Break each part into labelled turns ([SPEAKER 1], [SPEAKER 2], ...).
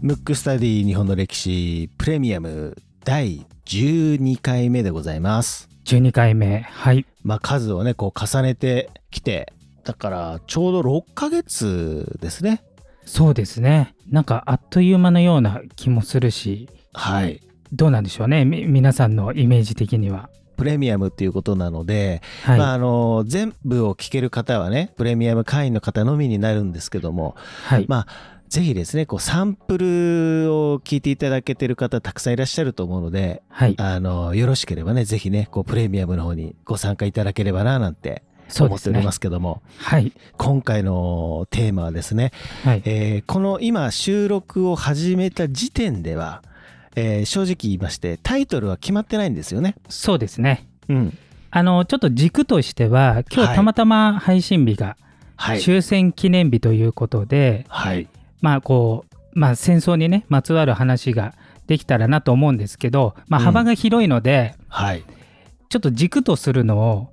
[SPEAKER 1] ムックスタディ日本の歴史プレミアム第12回目でございます。
[SPEAKER 2] 12回目はい
[SPEAKER 1] まあ数をね、こう重ねてきて、だからちょうど6ヶ月ですね。
[SPEAKER 2] そうですねなんかあっという間のような気もするし
[SPEAKER 1] はい。
[SPEAKER 2] どうなんでしょうねみ皆さんのイメージ的には
[SPEAKER 1] プレミアムっていうことなので、
[SPEAKER 2] はい、
[SPEAKER 1] まああの、全部を聞ける方はね、プレミアム会員の方のみになるんですけども、
[SPEAKER 2] はい、
[SPEAKER 1] まあ、ぜひですね、こうサンプルを聞いていただけてる方たくさんいらっしゃると思うので、
[SPEAKER 2] はい
[SPEAKER 1] あの、よろしければね、ぜひね、こうプレミアムの方にご参加いただければな、なんて
[SPEAKER 2] そう
[SPEAKER 1] 思
[SPEAKER 2] で
[SPEAKER 1] って
[SPEAKER 2] す
[SPEAKER 1] おり
[SPEAKER 2] ね
[SPEAKER 1] ますけども、
[SPEAKER 2] はい
[SPEAKER 1] 今回のテーマはですね、
[SPEAKER 2] はい
[SPEAKER 1] えーこの今収録を始めた時点では、えー正直言いまして、タイトルは決まってないんですよね。
[SPEAKER 2] そうですね
[SPEAKER 1] うん。
[SPEAKER 2] あのちょっと軸としては今
[SPEAKER 1] はい
[SPEAKER 2] 日たまたま配信日が
[SPEAKER 1] はい。
[SPEAKER 2] 終戦記念日ということで、
[SPEAKER 1] はい。
[SPEAKER 2] まあこう、まあ、戦争にねまつわる話ができたらなと思うんですけど、まあ、
[SPEAKER 1] うん
[SPEAKER 2] 幅が広いので、
[SPEAKER 1] はい。
[SPEAKER 2] ちょっと軸とするのを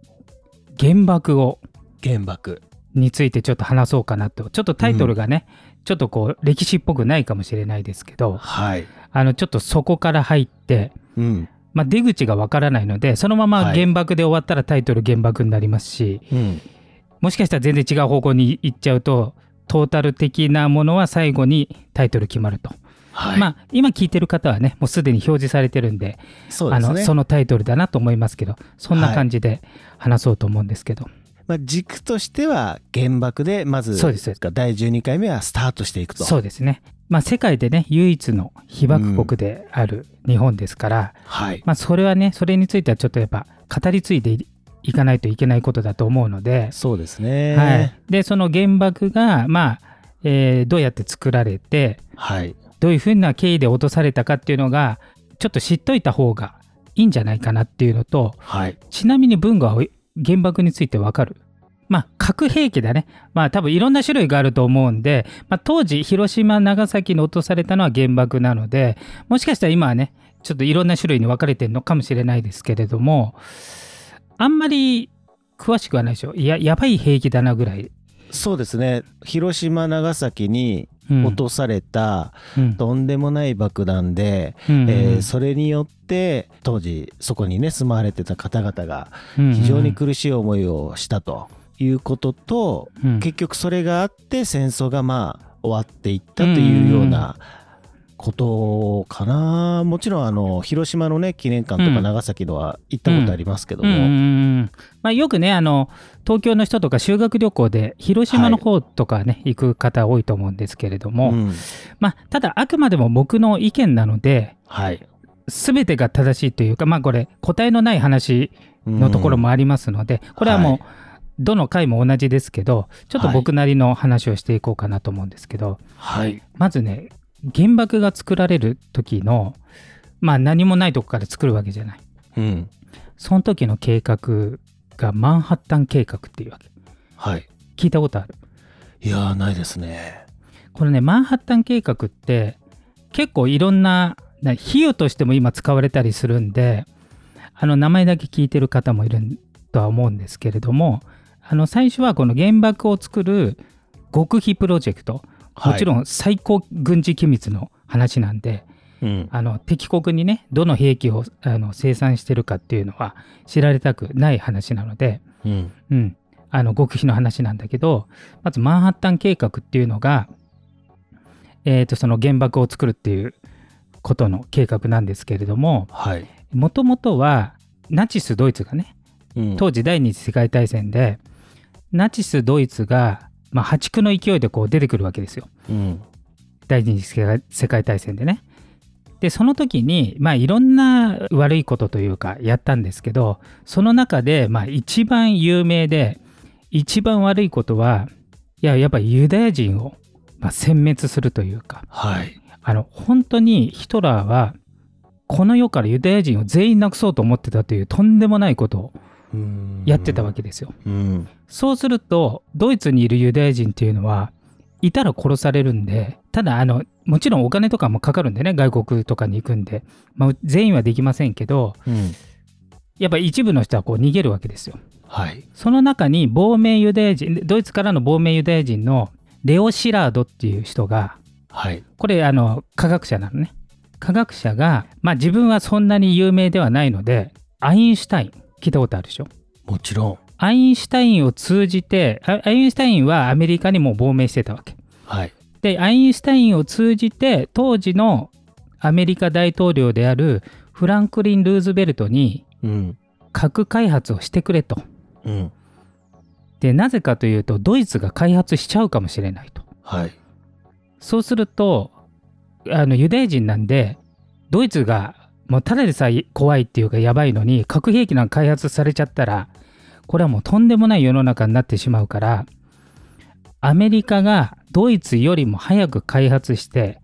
[SPEAKER 2] 原爆を
[SPEAKER 1] 原爆。
[SPEAKER 2] についてちょっと話そうかなとちょっとタイトルがね、ちょっとこう歴史っぽくないかもしれないですけど
[SPEAKER 1] はい。
[SPEAKER 2] あのちょっとそこから入って、
[SPEAKER 1] うん。
[SPEAKER 2] まあ、出口がわからないのでそのまま
[SPEAKER 1] はい
[SPEAKER 2] 原爆で終わったらタイトル原爆になりますし、
[SPEAKER 1] うん。
[SPEAKER 2] もしかしたら全然違う方向に行っちゃうとトータル的なものは最後にタイトル決まると、
[SPEAKER 1] はい。
[SPEAKER 2] まあ今聞いてる方はねもうすでに表示されてるんで
[SPEAKER 1] そう
[SPEAKER 2] あ
[SPEAKER 1] です
[SPEAKER 2] の
[SPEAKER 1] ね。
[SPEAKER 2] そのタイトルだなと思いますけどそん
[SPEAKER 1] は
[SPEAKER 2] ない感じで話そうと思うんですけど、
[SPEAKER 1] まあ、軸としては原爆でまず
[SPEAKER 2] そうですそうで
[SPEAKER 1] 第12回目はスタートしていくと
[SPEAKER 2] そうですね、まあ、世界でね唯一の被爆国である日本ですから、
[SPEAKER 1] はい
[SPEAKER 2] まあ、それはねそれについてはちょっとやっぱ語り継いでいいかないといけないことだと思うので、
[SPEAKER 1] そうですね
[SPEAKER 2] はい、でその原爆が、まあえーどうやって作られて
[SPEAKER 1] はい、
[SPEAKER 2] どういうふうな経緯で落とされたかっていうのがちょっと知っといた方がいいんじゃないかなっていうのと
[SPEAKER 1] はい
[SPEAKER 2] ちなみに文が原爆についてわかるまあ核兵器だねまあ多分いろんな種類があると思うんで、まあ、当時広島長崎に落とされたのは原爆なのでもしかしたら今はねちょっといろんな種類に分かれてるのかもしれないですけれどもあんまり詳しくはないでしょいややばい兵器だなぐらい、
[SPEAKER 1] そうですね広島長崎に
[SPEAKER 2] うん
[SPEAKER 1] 落とされた
[SPEAKER 2] うん
[SPEAKER 1] とんでもない爆弾で、
[SPEAKER 2] うん
[SPEAKER 1] えーそれによって当時そこにね住まわれてた方々が
[SPEAKER 2] うん
[SPEAKER 1] 非常に苦しい思いをしたということと、
[SPEAKER 2] うん
[SPEAKER 1] 結局それがあって戦争がまあ終わっていったというようなことかな、もちろんあの広島のね記念館と
[SPEAKER 2] う
[SPEAKER 1] か
[SPEAKER 2] ん
[SPEAKER 1] 長崎のは行ったことありますけども、
[SPEAKER 2] うんうんうんうんまあ、よくねあの東京の人とか修学旅行で広島の方とかね、行く方多いと思うんですけれども、
[SPEAKER 1] うん
[SPEAKER 2] まあ、ただあくまでも僕の意見なので
[SPEAKER 1] はい、
[SPEAKER 2] 全てが正しいというかまあこれ答えのない話のところもありますので、これはもう、
[SPEAKER 1] はい
[SPEAKER 2] どの回も同じですけどちょっと僕なりの話をしていこうかなと思うんですけど、
[SPEAKER 1] はい
[SPEAKER 2] まずね原爆が作られる時のまあ何もないとこから作るわけじゃない
[SPEAKER 1] うん
[SPEAKER 2] その時の計画がマンハッタン計画っていうわけ
[SPEAKER 1] はい、
[SPEAKER 2] 聞いたことある
[SPEAKER 1] いやーないですね。
[SPEAKER 2] このねマンハッタン計画って結構いろんなな比喩としても今使われたりするんであの名前だけ聞いてる方もいるとは思うんですけれどもあの最初はこの原爆を作る極秘プロジェクトもちろん最高軍事機密の話なんで、
[SPEAKER 1] ん、うん
[SPEAKER 2] あの敵国にねどの兵器をあの生産してるかっていうのは知られたくない話なので、
[SPEAKER 1] うん
[SPEAKER 2] うん、あの極秘の話なんだけどまずマンハッタン計画っていうのが、えー、とその原爆を作るっていうことの計画なんですけれども
[SPEAKER 1] はい
[SPEAKER 2] もともとはナチスドイツがね
[SPEAKER 1] うん
[SPEAKER 2] 当時第二次世界大戦でナチスドイツが、まあ、破竹の勢いでこう出てくるわけですよ。
[SPEAKER 1] うん
[SPEAKER 2] 第二次世界世界大戦でね。でその時に、まあ、いろんな悪いことというかやったんですけどその中で、まあ、一番有名で一番悪いことはいややっぱりユダヤ人を、まあ、殲滅するというか
[SPEAKER 1] はい
[SPEAKER 2] あの本当にヒトラーはこの世からユダヤ人を全員なくそうと思ってたというとんでもないことを
[SPEAKER 1] うん
[SPEAKER 2] やってたわけですよ。
[SPEAKER 1] うん
[SPEAKER 2] そうするとドイツにいるユダヤ人っていうのはいたら殺されるんでただあのもちろんお金とかもかかるんでね外国とかに行くんで、まあ、全員はできませんけど
[SPEAKER 1] うん
[SPEAKER 2] やっぱ一部の人はこう逃げるわけですよ。
[SPEAKER 1] はい。
[SPEAKER 2] その中に亡命ユダヤ人ドイツからの亡命ユダヤ人のレオ・シラードっていう人が
[SPEAKER 1] はい。
[SPEAKER 2] これあの科学者なのね科学者が、まあ、自分はそんなに有名ではないのでアインシュタイン聞いたことあるでしょ
[SPEAKER 1] もちろん。
[SPEAKER 2] アインシュタインを通じてあアインシュタインはアメリカにもう亡命してたわけ
[SPEAKER 1] はい。
[SPEAKER 2] でアインシュタインを通じて当時のアメリカ大統領であるフランクリン・ルーズベルトに
[SPEAKER 1] うん。
[SPEAKER 2] 核開発をしてくれと
[SPEAKER 1] うん。
[SPEAKER 2] でなぜかというとドイツが開発しちゃうかもしれないと
[SPEAKER 1] はい。
[SPEAKER 2] そうするとあのユダヤ人なんでドイツがもうただでさえ怖いっていうかやばいのに核兵器なんか開発されちゃったらこれはもうとんでもない世の中になってしまうからアメリカがドイツよりも早く開発して、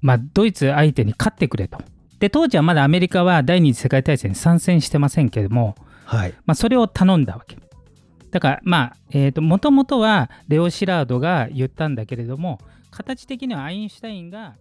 [SPEAKER 2] まあ、ドイツ相手に勝ってくれと。で当時はまだアメリカは第二次世界大戦に参戦してませんけれども、
[SPEAKER 1] はい。
[SPEAKER 2] まあ、それを頼んだわけ。だからまあえーともともとはレオ・シラードが言ったんだけれども形的にはアインシュタインが